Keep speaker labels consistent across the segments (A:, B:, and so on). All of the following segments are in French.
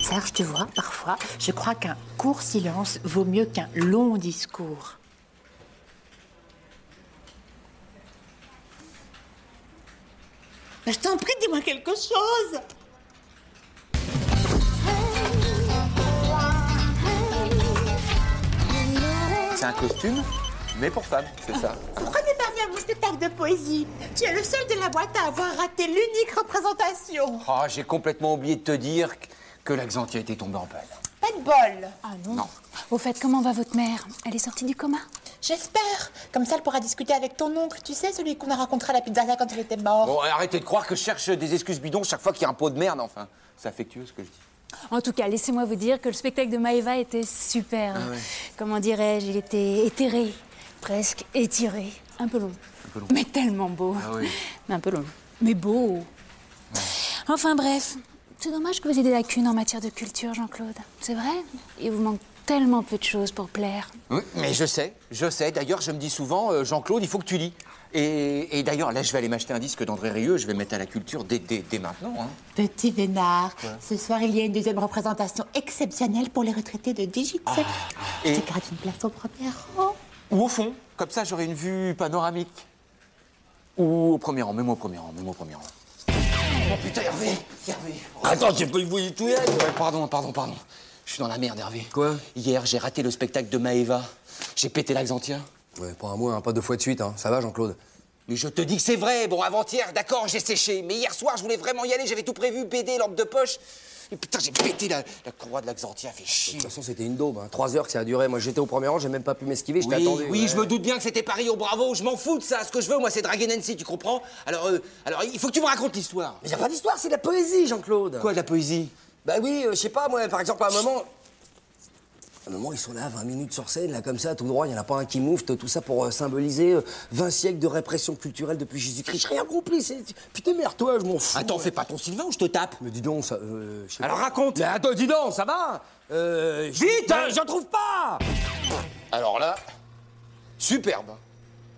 A: Serge, tu vois, parfois, je crois qu'un court silence vaut mieux qu'un long discours.
B: Mais je t'en prie, dis-moi quelque chose.
C: C'est un costume, mais pour femme, c'est ça.
B: Pourquoi t'es pas venu à mon spectacle de poésie Tu es le seul de la boîte à avoir raté l'unique représentation.
C: Ah, j'ai complètement oublié de te dire que l'Axantia était tombée en panne.
B: Pas de bol.
D: Ah non.
C: Non.
D: Au fait, comment va votre mère Elle est sortie du coma
B: J'espère. Comme ça, elle pourra discuter avec ton oncle, tu sais, celui qu'on a rencontré à la pizzeria quand il était mort.
C: Bon, arrêtez de croire que je cherche des excuses bidons chaque fois qu'il y a un pot de merde, enfin. C'est affectueux ce que je dis.
D: En tout cas, laissez-moi vous dire que le spectacle de Maeva était super. Comment dirais-je Il était éthéré, presque étiré. Un peu long. Mais tellement beau.
C: Ah oui.
D: Mais un peu long. Mais beau. Enfin bref, c'est dommage que vous ayez des lacunes en matière de culture, Jean-Claude. C'est vrai Il vous manque tellement peu de choses pour plaire.
C: Oui, mais je sais, je sais. D'ailleurs, je me dis souvent, euh, Jean-Claude, il faut que tu lis. Et, et d'ailleurs, là, je vais aller m'acheter un disque d'André Rieu, je vais le mettre à la culture dès, dès, dès maintenant. hein.
B: Petit Vénard, ce soir, il y a une deuxième représentation exceptionnelle pour les retraités de Digitech.
C: Ah. Et-
B: Tu grattes une place au premier rang.
C: Ou au fond, comme ça, j'aurai une vue panoramique. Ou au premier rang, même au premier rang, même au premier rang. Oh putain, Hervé Hervé
E: Attends, j'ai pas eu voulu tout
C: Ouais, pardon, pardon, pardon. Je suis dans la merde, Hervé.
E: Quoi
C: Hier, j'ai raté le spectacle de Maeva. J'ai pété l'Axantia.
E: Ouais, pas un mois, hein, pas deux fois de suite, hein. ça va Jean-Claude
C: Mais je te dis que c'est vrai. Bon, avant-hier, d'accord, j'ai séché. Mais hier soir, je voulais vraiment y aller. J'avais tout prévu, BD, lampe de poche. Et putain, j'ai pété la, la croix de l'Axantia. Fait
E: De
C: chier.
E: toute façon, c'était une daube, hein. trois heures que ça a duré. Moi, j'étais au premier rang, j'ai même pas pu m'esquiver, je t'ai
C: Oui,
E: attendu.
C: oui,
E: ouais.
C: je me doute bien que c'était Paris au Bravo. Je m'en fous de ça. Ce que je veux, moi, c'est draguer Nancy, tu comprends alors, euh, alors, il faut que tu me racontes l'histoire.
E: Mais y a pas d'histoire, c'est de la poésie, Jean-Claude
C: Quoi, de la poésie
E: Bah oui, euh, je sais pas, moi, par exemple, à un moment. À un moment, ils sont là, 20 minutes sur scène, là, comme ça, tout droit, il n'y en a pas un qui moufte, tout ça pour euh, symboliser euh, 20 siècles de répression culturelle depuis Jésus-Christ. J'ai rien compris, c'est. Putain, merde, toi, je m'en fous.
C: Attends, fais pas ton Sylvain ou je te tape
E: Mais dis donc, ça. euh, je sais
C: Alors
E: pas.
C: raconte.
E: Mais attends, dis donc, ça va euh,
C: Vite, hein.
E: je- J'en trouve pas
C: Alors là, superbe,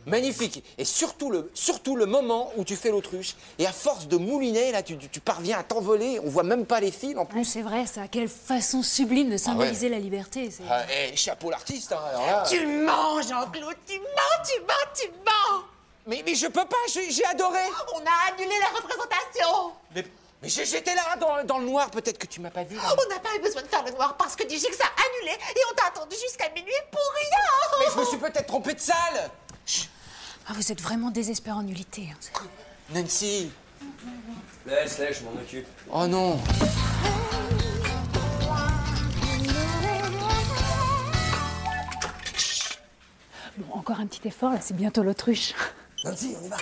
C: magnifique, et surtout le, surtout le moment où tu fais l'autruche, et à force de mouliner, là, tu, tu- tu parviens à t'envoler, on voit même pas les fils en plus.
D: Ah, c'est vrai, ça. Quelle façon sublime de symboliser la liberté. c'est-
C: Ah, eh, chapeau l'artiste, hein, alors là...
B: Tu mens, Jean-Claude, tu mens, tu mens, tu mens.
C: Mais, mais je peux pas, j'ai j'ai adoré
B: On a annulé la représentation.
C: Mais, mais j'ai- j'étais là, dans, dans le noir, peut-être que tu m'as pas vu. là.
B: On n'a pas eu besoin de faire le noir parce que Digix a annulé et on t'a attendu jusqu'à minuit pour rien.
C: Mais je me suis peut-être trompé de salle
D: Ah, vous êtes vraiment désespérant en nullité. hein. C'est-
C: Nancy
E: Laisse, laisse, je m'en occupe.
C: Oh non
D: Bon, encore un petit effort, là, c'est bientôt l'autruche.
E: Nancy, on y va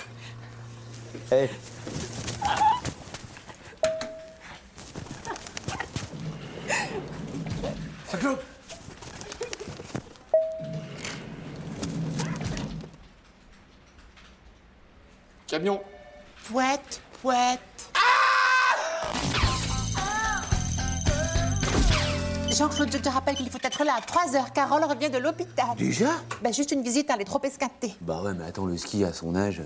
C: Camion
B: Pouette, pouette.
C: Ah
B: Jean-Claude, je te rappelle qu'il faut être là à 3h. Carole revient de l'hôpital.
C: Déjà
B: Ben, juste une visite, hein, elle est trop escatée.
C: Bah ouais, mais attends, le ski à son âge...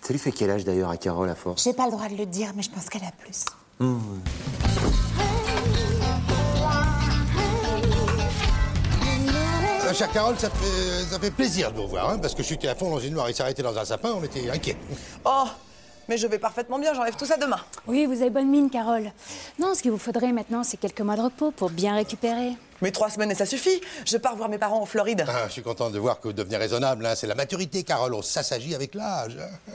C: Ça lui fait quel âge d'ailleurs à Carole à force
B: J'ai pas le droit de le dire, mais je pense qu'elle a plus.
F: Euh, chère Carole, ça fait, ça fait plaisir de vous voir, hein, parce que je suis à fond dans une noire. Il s'est arrêté dans un sapin, on était inquiets.
G: Oh, mais je vais parfaitement bien, j'enlève tout ça demain.
D: Oui, vous avez bonne mine, Carole. Non, ce qu'il vous faudrait maintenant, c'est quelques mois de repos pour bien récupérer.
G: Mais trois semaines et ça suffit. Je pars voir mes parents en Floride.
F: Ah, je suis content de voir que vous devenez raisonnable. hein. C'est la maturité, Carole. On s'assagit avec l'âge. hein.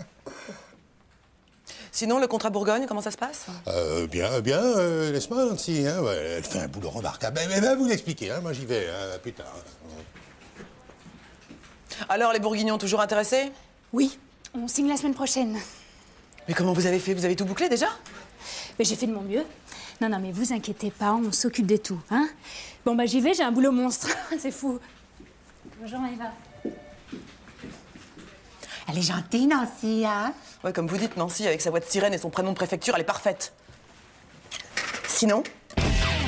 G: Sinon, le contrat Bourgogne, comment ça se passe
F: Euh, bien, bien, euh, laisse-moi, Nancy. Hein, ouais, elle fait un boulot remarquable. Elle va ben, vous l'expliquer. Hein, moi, j'y vais. hein, plus tard.
G: Alors, les Bourguignons, toujours intéressés
D: Oui, on signe la semaine prochaine.
G: Mais comment vous avez fait Vous avez tout bouclé déjà
D: Mais j'ai fait de mon mieux. Non, non, mais vous inquiétez pas, on s'occupe de tout, hein Bon, bah j'y vais, j'ai un boulot monstre. C'est fou. Bonjour, Maëva.
B: Elle est gentille, Nancy, hein
G: Ouais, comme vous dites, Nancy, avec sa voix de sirène et son prénom de préfecture, elle est parfaite. Sinon,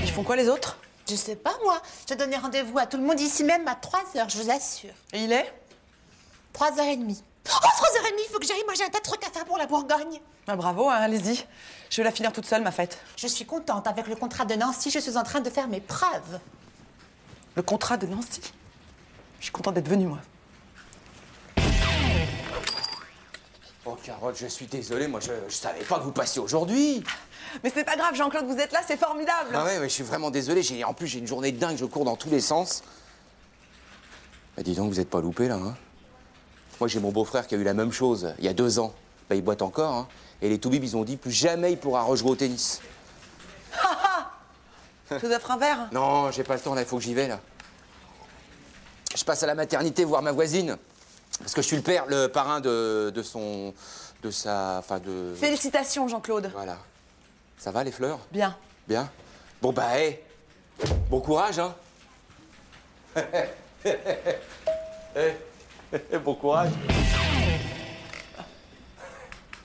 G: ils font quoi les autres
B: Je sais pas, moi. J'ai donné rendez-vous à tout le monde ici même à 3h, je vous assure.
G: Et il est
B: 3h30. Oh, 3h30, il faut que j'aille. Moi, j'ai un tas de trucs à faire pour la Bourgogne.
G: Ah, Bravo, hein, allez-y. Je vais la finir toute seule, ma fête.
B: Je suis contente. Avec le contrat de Nancy, je suis en train de faire mes preuves.
G: Le contrat de Nancy Je suis contente d'être venue, moi.
C: Oh, Carole, je suis désolé, moi, je, je savais pas que vous passiez aujourd'hui.
G: Mais c'est pas grave, Jean-Claude, vous êtes là, c'est formidable
C: Ah ouais, ouais, je suis vraiment désolé. J'ai- En plus, j'ai une journée de dingue, je cours dans tous les sens. Bah, dis donc, vous êtes pas loupé là, hein Moi, j'ai mon beau-frère qui a eu la même chose il y a deux ans. Bah, il boite encore, hein. Et les Toubibs, ils ont dit plus jamais il pourra rejouer au tennis.
G: Je vous offre un verre
C: Non, j'ai pas le temps là, il faut que j'y vais là. Je passe à la maternité voir ma voisine. Parce que je suis le père, le parrain de, de son. de sa. enfin de.
G: Félicitations, Jean-Claude.
C: Voilà. Ça va les fleurs
G: Bien.
C: Bien. Bon bah hé Bon courage hein Eh, Bon courage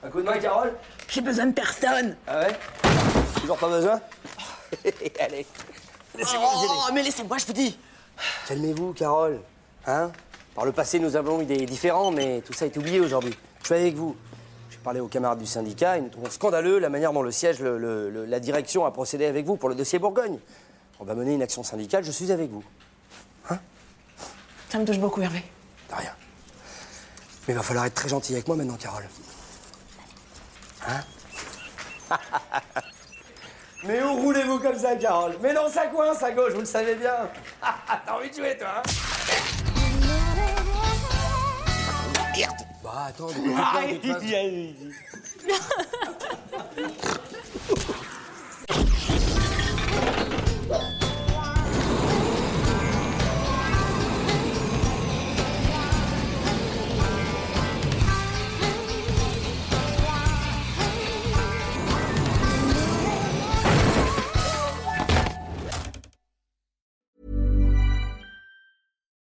E: Un coup de main, Carole
G: J'ai besoin de personne
E: Ah ouais Toujours pas besoin
C: Allez
E: Laissez-moi vous aider.
G: Oh, mais laissez-moi, je vous dis
E: Calmez-vous, Carole. Hein Par le passé, nous avons eu des différends, mais tout ça est oublié aujourd'hui. Je suis avec vous. J'ai parlé aux camarades du syndicat et nous trouvons scandaleux la manière dont le siège, le- le- le- la direction a procédé avec vous pour le dossier Bourgogne. On va mener une action syndicale, je suis avec vous.
G: Ça me touche beaucoup, Hervé.
E: De rien. Mais il va falloir être très gentil avec moi maintenant, Carole. Hein Mais où roulez-vous comme ça, Carole Mais dans sa coin, sa gauche, vous le savez bien. T'as envie de jouer, toi, hein Bah attends, mais comment tu fais, de toute façon